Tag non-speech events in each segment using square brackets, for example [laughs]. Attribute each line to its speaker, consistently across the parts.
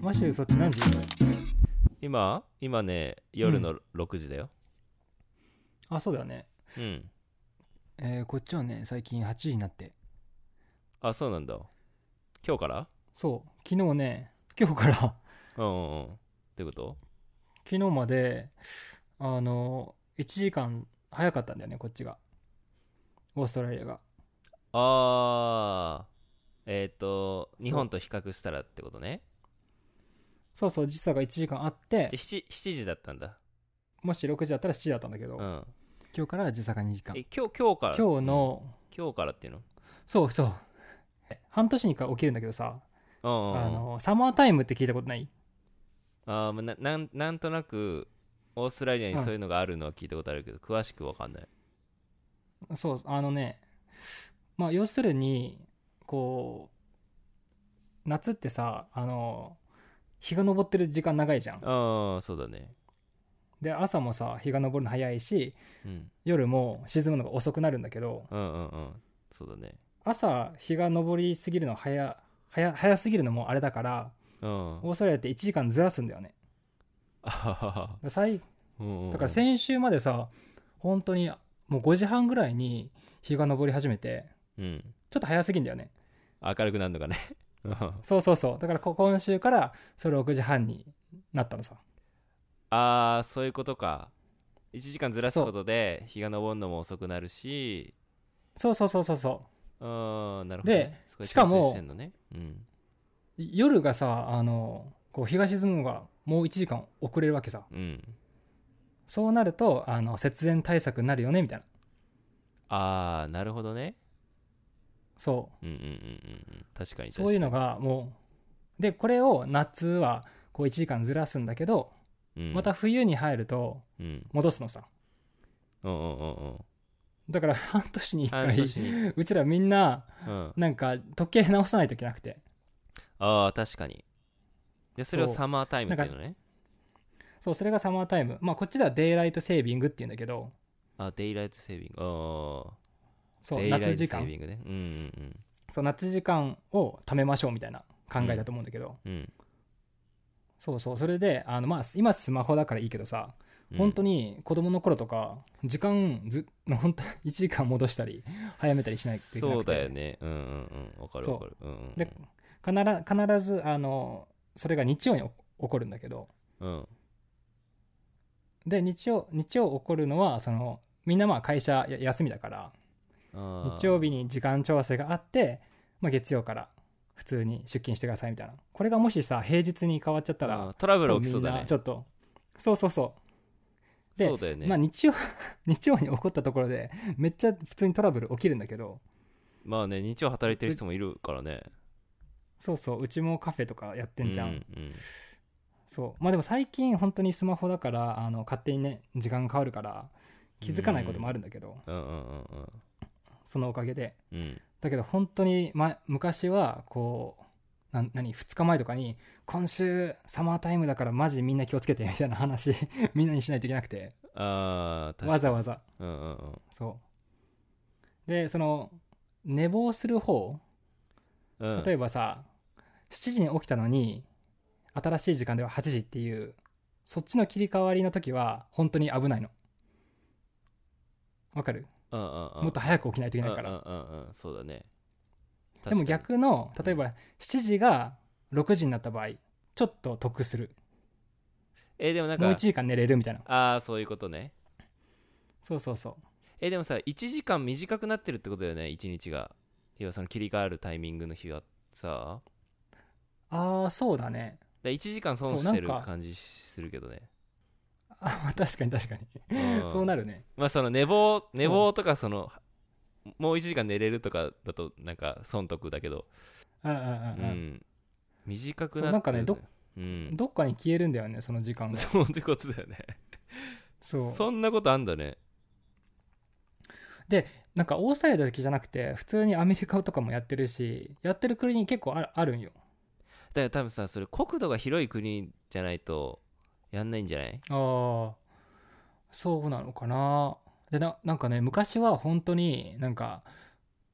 Speaker 1: マシューそっち何時
Speaker 2: 今今ね夜の6時だよ
Speaker 1: あそうだよね
Speaker 2: うん、
Speaker 1: えー、こっちはね最近8時になって
Speaker 2: あそうなんだ今日から
Speaker 1: そう昨日ね今日から [laughs]
Speaker 2: うんうんうんってこと
Speaker 1: 昨日まであの1時間早かったんだよねこっちがオーストラリアが
Speaker 2: あーえっ、と日本と比較したらってことね
Speaker 1: そうそう時差が1時間あって
Speaker 2: で 7, 7時だったんだ
Speaker 1: もし6時だったら7時だったんだけど、
Speaker 2: うん
Speaker 1: 今日から時差が2時間
Speaker 2: え今日今日から
Speaker 1: 今日の、
Speaker 2: うん今日からっていうの
Speaker 1: そうそう半年に一回起きるんだけどさ、
Speaker 2: うんうん
Speaker 1: あ
Speaker 2: うん
Speaker 1: のサマータイムって聞いたことない
Speaker 2: あーまあななんなんとなくオーストラリアにそういうのがあるのは聞いたことあるけど、詳しくわかんない
Speaker 1: そうあのねまあ要するにこう夏ってさあの日が昇ってる時間長いじゃん
Speaker 2: ああそうだね
Speaker 1: で朝もさ日が昇るの早いし
Speaker 2: うん
Speaker 1: 夜も沈むのが遅くなるんだけど
Speaker 2: うんうんうんそうだね
Speaker 1: 朝日が昇りすぎるの早早早すぎるのもあれだから
Speaker 2: うん
Speaker 1: オーストラリアって1時間ずらすんだよね
Speaker 2: あはは
Speaker 1: だ最
Speaker 2: は
Speaker 1: だから先週までさ本当にもう5時半ぐらいに日が昇り始めて
Speaker 2: うん
Speaker 1: ちょっと早すぎんだよね
Speaker 2: 明るくなるのかねあ
Speaker 1: そうそうそうだからこ今週からそれ6時半になったのさ
Speaker 2: あそういうことか1時間ずらすことで日が昇るのも遅くなるし
Speaker 1: そうそうそうそうそ
Speaker 2: うんなるほど、ね、そこで
Speaker 1: しかも
Speaker 2: 調整てんのねうん
Speaker 1: う夜がさあのこう日が沈むのがもう1時間遅れるわけさ
Speaker 2: うん
Speaker 1: そうなるとあの節電対策になるよねみたいな
Speaker 2: ああなるほどね
Speaker 1: そ
Speaker 2: うんうんうんうんうん確かに確かに
Speaker 1: うそういうの、がもうでこれを夏はこう1時間ずらすんだけど、
Speaker 2: うん
Speaker 1: また冬に入ると
Speaker 2: うん
Speaker 1: 戻すのさ
Speaker 2: うんうんうんうん
Speaker 1: だから [laughs] 半年に1
Speaker 2: 半
Speaker 1: 回
Speaker 2: 年に、
Speaker 1: うちらみんな
Speaker 2: うん、
Speaker 1: なんか時計直さないといけなくて
Speaker 2: ああ確かにでそれを
Speaker 1: そう
Speaker 2: サマータイムっていうのね
Speaker 1: そうそれがサマータイムまあこっちではデイライトセービングっていうんだけど
Speaker 2: あデイライトセービングああ
Speaker 1: そう
Speaker 2: デイライト
Speaker 1: 夏
Speaker 2: セ
Speaker 1: 時
Speaker 2: ー
Speaker 1: 間
Speaker 2: ビングねうんうん
Speaker 1: そう夏時間を貯めましょうみたいな考えだと思うんだけど、
Speaker 2: うんうん
Speaker 1: そうそうそれであのまあ今スマホだからいいけどさ、
Speaker 2: うん
Speaker 1: 本当に子供の頃とか時間ず本当1 [laughs] 時間戻したり早めたりしないといけな
Speaker 2: そ
Speaker 1: く
Speaker 2: う
Speaker 1: て
Speaker 2: だよねうんうんうんわかるわかるうんうん
Speaker 1: で必必ずあのそれが日曜に起起こるんだけど
Speaker 2: うんうん
Speaker 1: で日曜日曜起こるのはそのみんなまあ会社や休みだから
Speaker 2: あー
Speaker 1: 日曜日に時間調整があって、まあ、月曜から普通に出勤してくださいみたいなこれがもしさ平日に変わっちゃった
Speaker 2: あ
Speaker 1: ら
Speaker 2: ートラブル
Speaker 1: み
Speaker 2: 起きそうんだ
Speaker 1: な
Speaker 2: ね
Speaker 1: ちょっとそうそうそで
Speaker 2: そうだよ
Speaker 1: う、
Speaker 2: ね
Speaker 1: ま
Speaker 2: ま
Speaker 1: あ
Speaker 2: あ、
Speaker 1: 日曜 [laughs] 日曜に起こったところでめっちゃ普通にトラブル起きるんだけど
Speaker 2: ね日曜働いてる人もいるからね
Speaker 1: そうそううちもカフェとかやってんじゃん、
Speaker 2: うんうん
Speaker 1: そうまあでも最近本当にスマホだからあの勝手にね時間変わるから気づかないこともあるんだけど、
Speaker 2: うんうんうんうん
Speaker 1: そのおかげで
Speaker 2: うん
Speaker 1: だけど本当に、ま、昔はこうな何2日前とかに今週サマータイムだからマジみんな気をつけてみたいな話 [laughs] みんなにしないといけなくて
Speaker 2: ああ確かに
Speaker 1: わざわざ
Speaker 2: うんうんうん
Speaker 1: そうでその寝坊する方
Speaker 2: うん
Speaker 1: 例えばさ、7時に起きたのに新しい時間では8時っていうそっちの切り替わりの時は本当に危ないのわかる
Speaker 2: うんうんうん
Speaker 1: もっと早く起きないといけないから
Speaker 2: うんうんうんうんそうだね
Speaker 1: でも逆の例えば7時が6時になった場合ちょっと得する
Speaker 2: えーでもなん
Speaker 1: もう1
Speaker 2: か
Speaker 1: 時間寝れるみたいな
Speaker 2: ああそういうことね
Speaker 1: そうそうそう
Speaker 2: えーでもさ1時間短くなってるってことだよね1日が要はその切り替わるタイミングの日はさ
Speaker 1: ああそうだね
Speaker 2: だ1時間損してる
Speaker 1: そうなんか
Speaker 2: 感じするけどね
Speaker 1: あ確かに確かに、
Speaker 2: ん
Speaker 1: そうなるね
Speaker 2: まあその寝坊寝坊とかそのもう1時間寝れるとかだとなんか損得だけど
Speaker 1: うんうん
Speaker 2: う
Speaker 1: うん、
Speaker 2: ん短
Speaker 1: そ
Speaker 2: く
Speaker 1: う
Speaker 2: な
Speaker 1: な
Speaker 2: っ
Speaker 1: ん
Speaker 2: て
Speaker 1: か
Speaker 2: る
Speaker 1: ねど
Speaker 2: うん
Speaker 1: どっかに消えるんだよねその時間が
Speaker 2: そうってことだよね
Speaker 1: そう
Speaker 2: そんなことあんだね
Speaker 1: なんかオーストラリアだけじゃなくて普通にアメリカとかもやってるしやってる国に結構あるあるんよ
Speaker 2: だから多分さそれ国土が広い国じゃないとやんないんじゃない
Speaker 1: ああそうなのかなでななんかね昔は本当になんか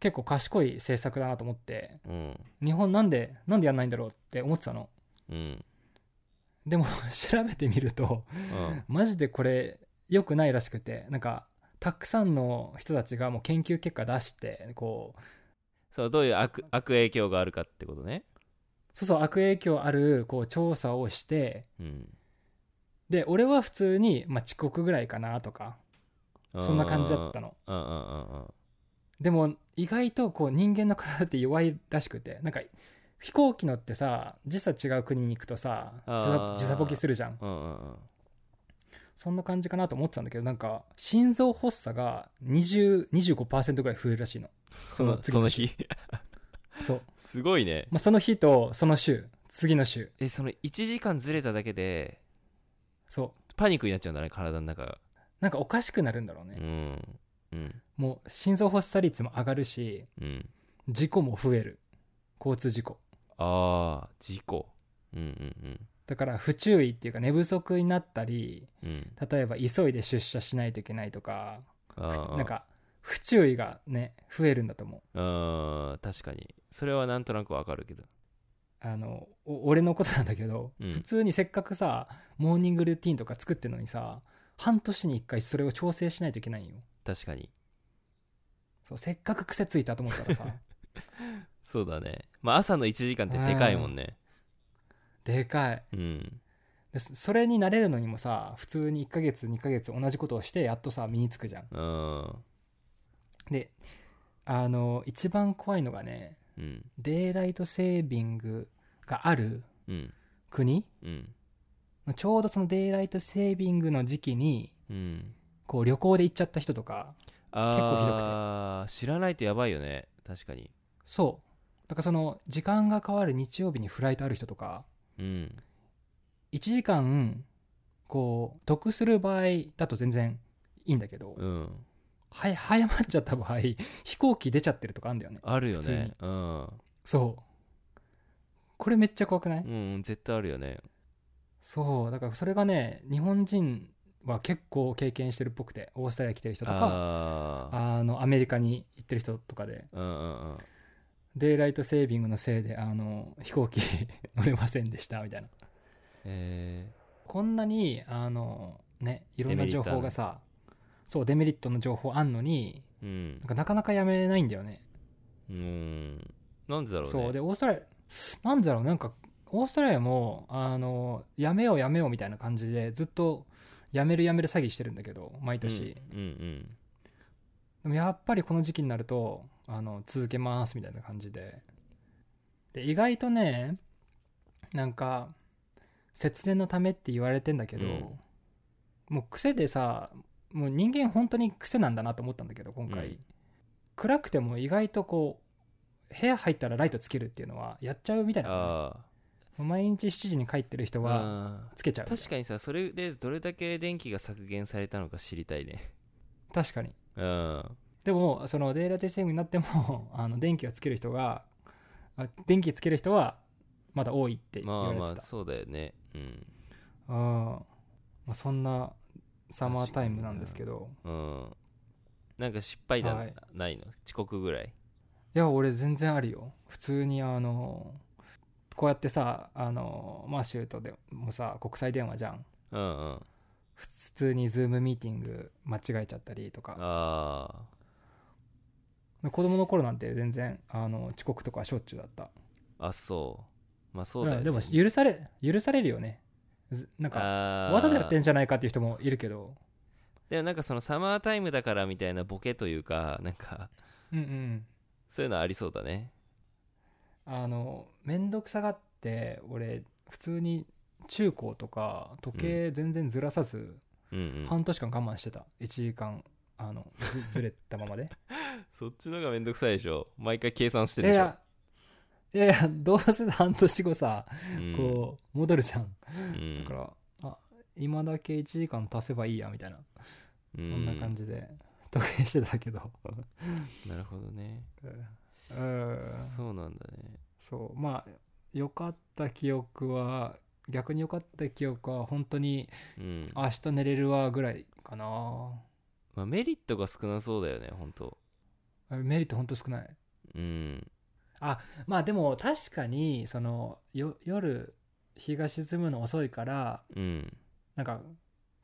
Speaker 1: 結構賢い政策だなと思って
Speaker 2: うん
Speaker 1: 日本なんでなんでやんないんだろうって思ってたの [laughs]
Speaker 2: うん
Speaker 1: でも [laughs] 調べてみると
Speaker 2: うん
Speaker 1: マジでこれ良くないらしくてなんかたくさんの人たちがもう研究結果出してこう
Speaker 2: そうどういう悪悪影響があるかってことね
Speaker 1: そうそう悪影響あるこう調査をして
Speaker 2: うん
Speaker 1: で俺は普通に、まあ、遅刻ぐらいかなとかそんな感じだったの
Speaker 2: うんうんうんうん
Speaker 1: でも意外とこう人間の体って弱いらしくてなんか飛行機乗ってさ時差違う国に行くとさ時
Speaker 2: あ
Speaker 1: 差
Speaker 2: ー
Speaker 1: 時差ボケするじゃん
Speaker 2: うんうんうん
Speaker 1: そんな感じかなと思ってたんだけどなんか心臓発作が20 25%ぐらい増えるらしいの
Speaker 2: そ
Speaker 1: の
Speaker 2: の
Speaker 1: 次
Speaker 2: そ
Speaker 1: の
Speaker 2: の
Speaker 1: 日
Speaker 2: 日 [laughs]
Speaker 1: そう、
Speaker 2: すごいね
Speaker 1: まあ、その日とその週次の週
Speaker 2: えその1時間ずれただけで
Speaker 1: そう
Speaker 2: パニックになっちゃうんだね体の中が
Speaker 1: なんかおかしくなるんだろうね
Speaker 2: う、んうん
Speaker 1: もう心臓発作率も上がるし
Speaker 2: うん
Speaker 1: 事故も増える交通事故
Speaker 2: ああ事故うんうん
Speaker 1: だから不注意っていうか寝不足になったり
Speaker 2: うんうん
Speaker 1: 例えば急いで出社しないといけないとか
Speaker 2: あー
Speaker 1: なんか不注意がね増えるんだと思う
Speaker 2: うん確かにそれはなんとなくわかるけど
Speaker 1: あのお俺のことなんだけど、
Speaker 2: うん
Speaker 1: 普通にせっかくさモーニングルーティンとか作ってるのにさ半年に1回それを調整しないといけないんよ
Speaker 2: 確かに
Speaker 1: そうせっかく癖ついたと思ったらさ
Speaker 2: [laughs] そうだねまあ朝の1時間ってでかいもんね
Speaker 1: でかい
Speaker 2: うん
Speaker 1: でそそれに慣れるのにもさ普通に1ヶ月2ヶ月同じことをしてやっとさ身につくじゃん
Speaker 2: うん
Speaker 1: であの一番怖いのがね
Speaker 2: うん
Speaker 1: デイライトセービングがある
Speaker 2: うん
Speaker 1: 国
Speaker 2: うん
Speaker 1: ちょうどそのデイライトセービングの時期に
Speaker 2: うん
Speaker 1: こう旅行で行っちゃった人とか構ひどくて
Speaker 2: ああ知らないとやばいよね確かに
Speaker 1: そうだからその時間が変わる日曜日にフライトある人とか
Speaker 2: うん
Speaker 1: 1時間こう得する場合だと全然いいんだけど、
Speaker 2: うん
Speaker 1: は早まっちゃった場合飛行機出ちゃってるとかあるんだよね
Speaker 2: あるよ
Speaker 1: 普通に
Speaker 2: ねうん
Speaker 1: そうこれめっちゃ怖くない、
Speaker 2: うん絶対あるよね
Speaker 1: そうだからそれがね日本人は結構経験してるっぽくてオーストラリア来てる人とか
Speaker 2: ああ
Speaker 1: あのアメリカに行ってる人とかで
Speaker 2: うんうんうん
Speaker 1: デイライトセービングのせいであの飛行機 [laughs] 乗れませんでしたみたいな
Speaker 2: え
Speaker 1: こんなにあのねいろんな情報がさそうデメリットの情報あんのに
Speaker 2: ーうん
Speaker 1: なんかなかなかやめないんだよね
Speaker 2: うんなんでだろうね
Speaker 1: そうでオーストラリアなんだろうなんかオーストラリアもあのやめようやめようみたいな感じでずっとやめるやめる詐欺してるんだけど毎
Speaker 2: うん
Speaker 1: 年、
Speaker 2: うんうん
Speaker 1: でもやっぱりこの時期になるとあの続けますみたいな感じでで意外とねなんか節電のためって言われてんだけど、
Speaker 2: うん
Speaker 1: もう癖でさもう人間本当に癖なんだなと思ったんだけど今回、
Speaker 2: うん
Speaker 1: 暗くても意外とこう部屋入ったらライトつけるっていうのはやっちゃうみたいなのね、
Speaker 2: あ
Speaker 1: もう毎日7時に帰ってる人
Speaker 2: あ
Speaker 1: は
Speaker 2: うん
Speaker 1: つけちゃう
Speaker 2: 確かにさそれでどれだけ電気が削減されたのか知りたいね
Speaker 1: 確かに
Speaker 2: うん
Speaker 1: でもそのデイラテセーブになっても [laughs] あの電気をつける人があ電気つける人はまだ多いって言
Speaker 2: ま
Speaker 1: わ
Speaker 2: あ
Speaker 1: れてた、
Speaker 2: まあそうだよねうん
Speaker 1: うんまあ、そんなサマータイムなんですけど
Speaker 2: うんなんか失敗談
Speaker 1: はい
Speaker 2: ないの遅刻ぐらい
Speaker 1: いや俺全然あるよ普通にあのこうやってさあのマーシュートでもさ国際電話じゃん
Speaker 2: うんうん
Speaker 1: 普通にズームミーティング間違えちゃったりとか
Speaker 2: ああ
Speaker 1: 子供の頃なんて全然あの遅刻とかしょっちゅうだった
Speaker 2: あそうまあそうだよ、ね
Speaker 1: んでも許され許されるよねずなんか
Speaker 2: あー
Speaker 1: わざとやってんじゃないかっていう人もいるけど
Speaker 2: でもなんかそのサマータイムだからみたいなボケというかなんか
Speaker 1: うんうん
Speaker 2: そういうのありそうだね
Speaker 1: あの面倒くさがって俺普通に中高とか時計全然ずらさず
Speaker 2: うん、うん、
Speaker 1: 半年間我慢してた、1時間あのず [laughs] ずれたままで
Speaker 2: そっちの方がめんどくさいでしょ毎回計算して
Speaker 1: い
Speaker 2: [laughs] るでしょ
Speaker 1: やいやいやどうせ半年後さ、
Speaker 2: うん
Speaker 1: こう戻るじゃん
Speaker 2: うん
Speaker 1: だから、あ今だけ1時間足せばいいやみたいな
Speaker 2: そ
Speaker 1: そんな感じで時計してたけど
Speaker 2: [laughs] なるほどね
Speaker 1: うん
Speaker 2: そうなんだね
Speaker 1: そうまあ良かった記憶は逆に良かった記憶は本当に
Speaker 2: うん
Speaker 1: 明日寝れるわぐらいかな
Speaker 2: まあ、メリットが少なそうだよね本当
Speaker 1: あメリット本当少ない
Speaker 2: うん
Speaker 1: まあでも確かにそのよ夜日が沈むの遅いから
Speaker 2: うん
Speaker 1: なんか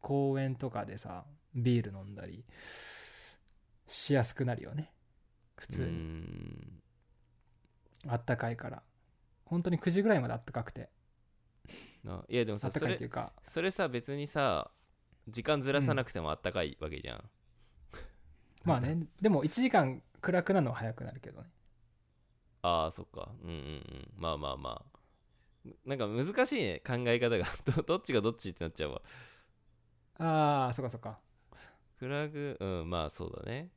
Speaker 1: 公園とかでさビール飲んだりしやすくなるよね普通
Speaker 2: う
Speaker 1: に、
Speaker 2: ん
Speaker 1: あったかいから本当に9時ぐらいまであったかくて
Speaker 2: ないやでも
Speaker 1: あ
Speaker 2: さ
Speaker 1: った
Speaker 2: そ
Speaker 1: かいっ
Speaker 2: れ
Speaker 1: ていうか
Speaker 2: それさ別にさ時間ずらさなくてもあったかいわけじゃん、
Speaker 1: [laughs] まあねでも1時間暗くなるのは早くなるけどね
Speaker 2: ああそっかうんうんうんまあまあまあなんか難しいね考え方が [laughs] どどっちがどっちってなっちゃうわ
Speaker 1: ああそっかそっか
Speaker 2: クラグうんまあそうだね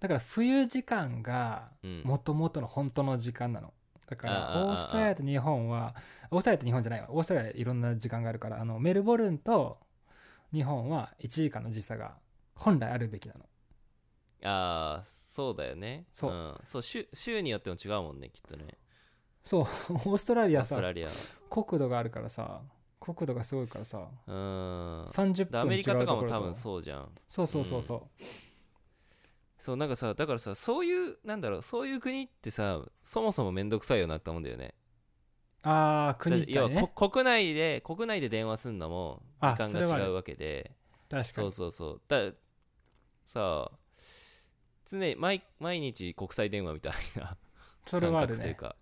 Speaker 1: だから冬時間が
Speaker 2: うん
Speaker 1: もともとの本当の時間なのだか
Speaker 2: ああ
Speaker 1: ら
Speaker 2: ああ
Speaker 1: オーストラリアと日本はオーストラリアと日本じゃないわオーストラリアいろんな時間があるからあのメルボルンと日本は1時間の時差が本来あるべきなの [laughs]
Speaker 2: ああそうだよね、
Speaker 1: そうん
Speaker 2: そう州州によっても違うもんねきっとね
Speaker 1: そうオーストラリ
Speaker 2: オー
Speaker 1: ア
Speaker 2: ス
Speaker 1: さ
Speaker 2: トラリア
Speaker 1: 国土があるからさ国土がすごいからさ
Speaker 2: うん
Speaker 1: 30
Speaker 2: でア
Speaker 1: 分
Speaker 2: メ
Speaker 1: 違
Speaker 2: リ
Speaker 1: うと
Speaker 2: カ
Speaker 1: ことろ
Speaker 2: か
Speaker 1: と
Speaker 2: も多分そうじゃん
Speaker 1: そうそうそうそう、
Speaker 2: そうなんかさだからさそういうなんだろうそういう国ってさそもそも面倒くさいよなって思うんだよね
Speaker 1: ああ国自
Speaker 2: だ
Speaker 1: 体
Speaker 2: って要は
Speaker 1: ね
Speaker 2: こ国内で国内で電話するのも時
Speaker 1: あ
Speaker 2: 間
Speaker 1: それはあ
Speaker 2: が違う
Speaker 1: る
Speaker 2: わけで
Speaker 1: 確か
Speaker 2: そう
Speaker 1: に
Speaker 2: そうそうださあ常に毎毎日国際電話みたいな [laughs]
Speaker 1: それはある
Speaker 2: という
Speaker 1: ね
Speaker 2: か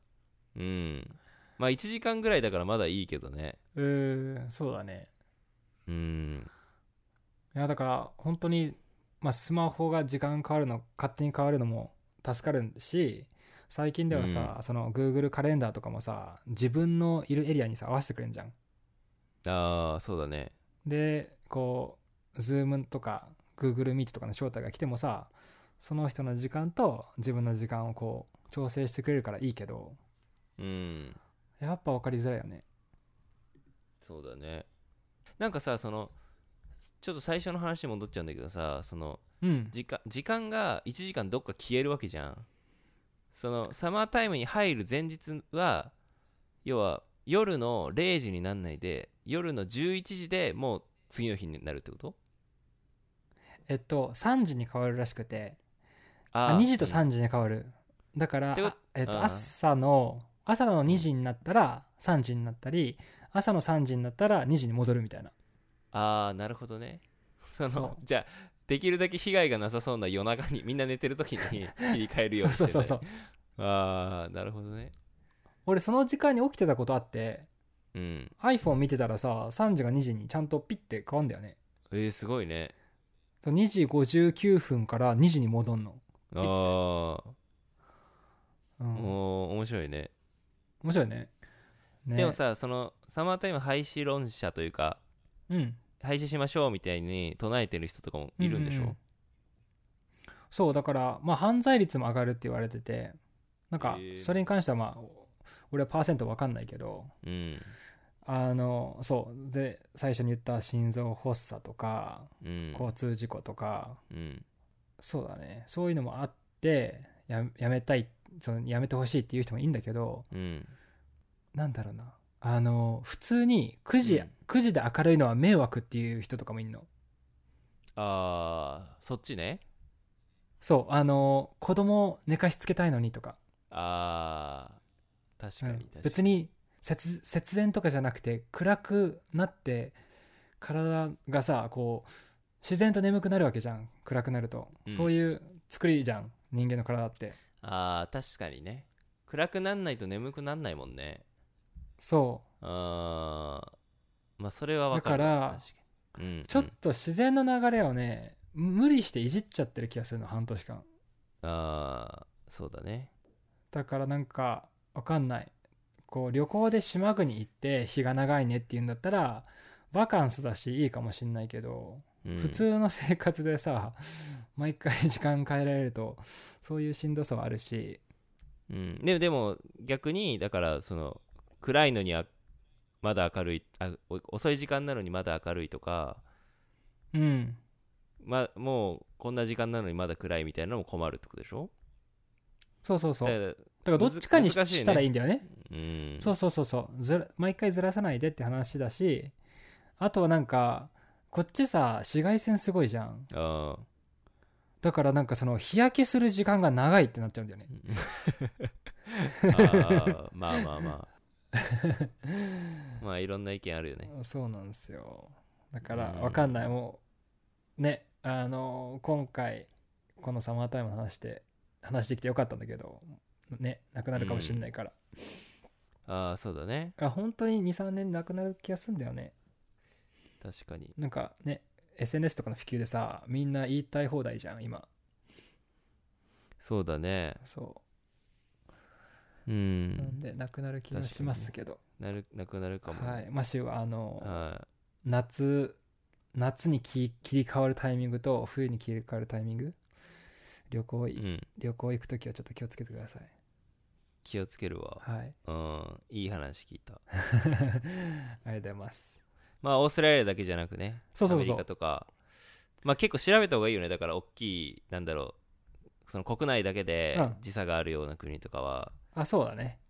Speaker 2: うんまあ1時間ぐらいだからまだいいけどね
Speaker 1: うーんそうだね
Speaker 2: うん
Speaker 1: いやだから本当に、まあ、スマホが時間変わるの勝手に変わるのも助かるし最近ではさ、その Google カレンダーとかもさ自分のいるエリアにさ合わせてくれるじゃん
Speaker 2: ああそうだね
Speaker 1: でこう Zoom とか Google Meet とかの招待が来てもさその人の時間と自分の時間をこう調整してくれるからいいけど
Speaker 2: うん
Speaker 1: やっぱ分かりづらいよね
Speaker 2: そうだねなんかさそのちょっと最初の話に戻っちゃうんだけどさその
Speaker 1: うん
Speaker 2: 時間時間が1時間どっか消えるわけじゃんそのサマータイムに入る前日は要は夜の0時になんないで夜の11時でもう次の日になるってこと
Speaker 1: えっと3時に変わるらしくて
Speaker 2: あ
Speaker 1: あ2時と
Speaker 2: 時
Speaker 1: 3時に変わるだから
Speaker 2: てこと
Speaker 1: あえっ
Speaker 2: あー
Speaker 1: と朝の朝の2時になったら3時になったり朝の3時になったら2時に戻るみたいな
Speaker 2: ああなるほどねその
Speaker 1: そう
Speaker 2: じゃあできるだけ被害がなさそうな夜中にみんな寝てる
Speaker 1: [laughs]
Speaker 2: 時に [laughs] 切り替えるようにし
Speaker 1: そ
Speaker 2: て
Speaker 1: うそうそうそう
Speaker 2: うああなるほどね
Speaker 1: 俺その時間に起きてたことあって
Speaker 2: うん
Speaker 1: iPhone 見てたらさ3時が2時にちゃんとピッて変わんだよね
Speaker 2: えー、すごいね
Speaker 1: そう2時59分から2時に戻んの、
Speaker 2: ああー、
Speaker 1: うん、面
Speaker 2: おー面白いね
Speaker 1: 白いねね
Speaker 2: でもさそのサマータイム廃止論者というか
Speaker 1: うん
Speaker 2: 廃止しましょうみたいに唱えてる人とかもいるんでし
Speaker 1: う
Speaker 2: ょ、
Speaker 1: ううそうだからまあ犯罪率も上がるって言われててなんか
Speaker 2: へー
Speaker 1: それに関してはまあお俺はパーセントわかんないけど
Speaker 2: うん
Speaker 1: あのそうで最初に言った心臓発作とか
Speaker 2: うん
Speaker 1: 交通事故とか、
Speaker 2: うん
Speaker 1: そうだねそういうのもあってややめたいそのやめてほしいっていう人もいいんだけど
Speaker 2: うん
Speaker 1: なんだろうなあの普通に9時、
Speaker 2: うん
Speaker 1: 9時で明るいのは迷惑っていう人とかもいるの
Speaker 2: あーそっちね
Speaker 1: そうあの子供を寝かしつけたいのにとか
Speaker 2: あー確かに確か
Speaker 1: う
Speaker 2: に
Speaker 1: ん、別に節節電とかじゃなくて暗くなって体がさこう自然と眠くなるわけじゃん暗くなると、
Speaker 2: うん
Speaker 1: そういう作りじゃん人間の体って
Speaker 2: あー確かにね暗くなんないと眠くなんないもんね
Speaker 1: そ
Speaker 2: あーまあそれはわか
Speaker 1: だ
Speaker 2: る
Speaker 1: から
Speaker 2: 確かにうん、
Speaker 1: うちょっと自然の流れをね無理していじっちゃってる気がするの半年間
Speaker 2: うんあーそうだね
Speaker 1: だからなんかわかんないこう旅行で島国行って日が長いねって言うんだったらバカンスだしいいかもしんないけど
Speaker 2: うん
Speaker 1: 普通の生活でさ [laughs] 毎回時間変えられるとそういうしんどさはあるし
Speaker 2: うん、でもでも逆にだからその暗いのにあまだ明るいあお遅い時間なのにまだ明るいとか、
Speaker 1: うん
Speaker 2: ま、もうこんな時間なのにまだ暗いみたいなのも困るってことでしょ
Speaker 1: そうそうそうだ
Speaker 2: だか
Speaker 1: からどっちかにし,、
Speaker 2: 難しいね
Speaker 1: たらいいんだよね、
Speaker 2: らうん
Speaker 1: そうそうそうそうずら毎回ずらさないでって話だしあとはなんかこっちさ紫外線すごいじゃん
Speaker 2: あ
Speaker 1: [laughs] だからなんかその日焼けする時間が長いってなっちゃうんだよね [laughs]
Speaker 2: ーあーまあまあままあいろんな意見あるよね
Speaker 1: そうなんですよだから
Speaker 2: うん
Speaker 1: わかんないもうねあの今回このサマータイムの話で話できてよかったんだけどねなくなるかもしれないから、
Speaker 2: ああそうだね
Speaker 1: あ本当に23年なくなる気がするんだよね
Speaker 2: 確かに
Speaker 1: なんかね SNS とかの普及でさみんな言いたい放題じゃん今
Speaker 2: そうだね
Speaker 1: そうう、なん
Speaker 2: ん
Speaker 1: でなくなる気がしますけど、
Speaker 2: なるなくなるかも
Speaker 1: はいましはあの、
Speaker 2: は
Speaker 1: 夏夏にき切り替わるタイミングと冬に切り替わるタイミング旅行い、
Speaker 2: いうん
Speaker 1: 旅行行く時はちょっと気をつけてください
Speaker 2: 気をつけるわ
Speaker 1: はい
Speaker 2: うんいい話聞い
Speaker 1: あ
Speaker 2: た
Speaker 1: りがとうございます
Speaker 2: まあオーストラリアだけじゃなくね
Speaker 1: そうそう
Speaker 2: ア
Speaker 1: そうそう
Speaker 2: メリカとかまあ結構調べた方がいいよねだから大きいなんだろうその国内だけで
Speaker 1: うん
Speaker 2: 時差があるような国とかは
Speaker 1: あそうだね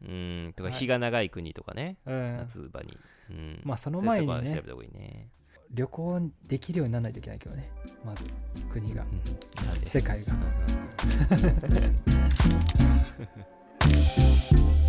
Speaker 2: うんとか
Speaker 1: はい
Speaker 2: 日が長い国とかね、
Speaker 1: うん
Speaker 2: 夏場に、うん
Speaker 1: まあその前にね
Speaker 2: そういうとこは調べた方がいいね、
Speaker 1: 旅行できるようにならないといけないけどねまず国が
Speaker 2: うん、なんで
Speaker 1: 世界が
Speaker 2: うんうん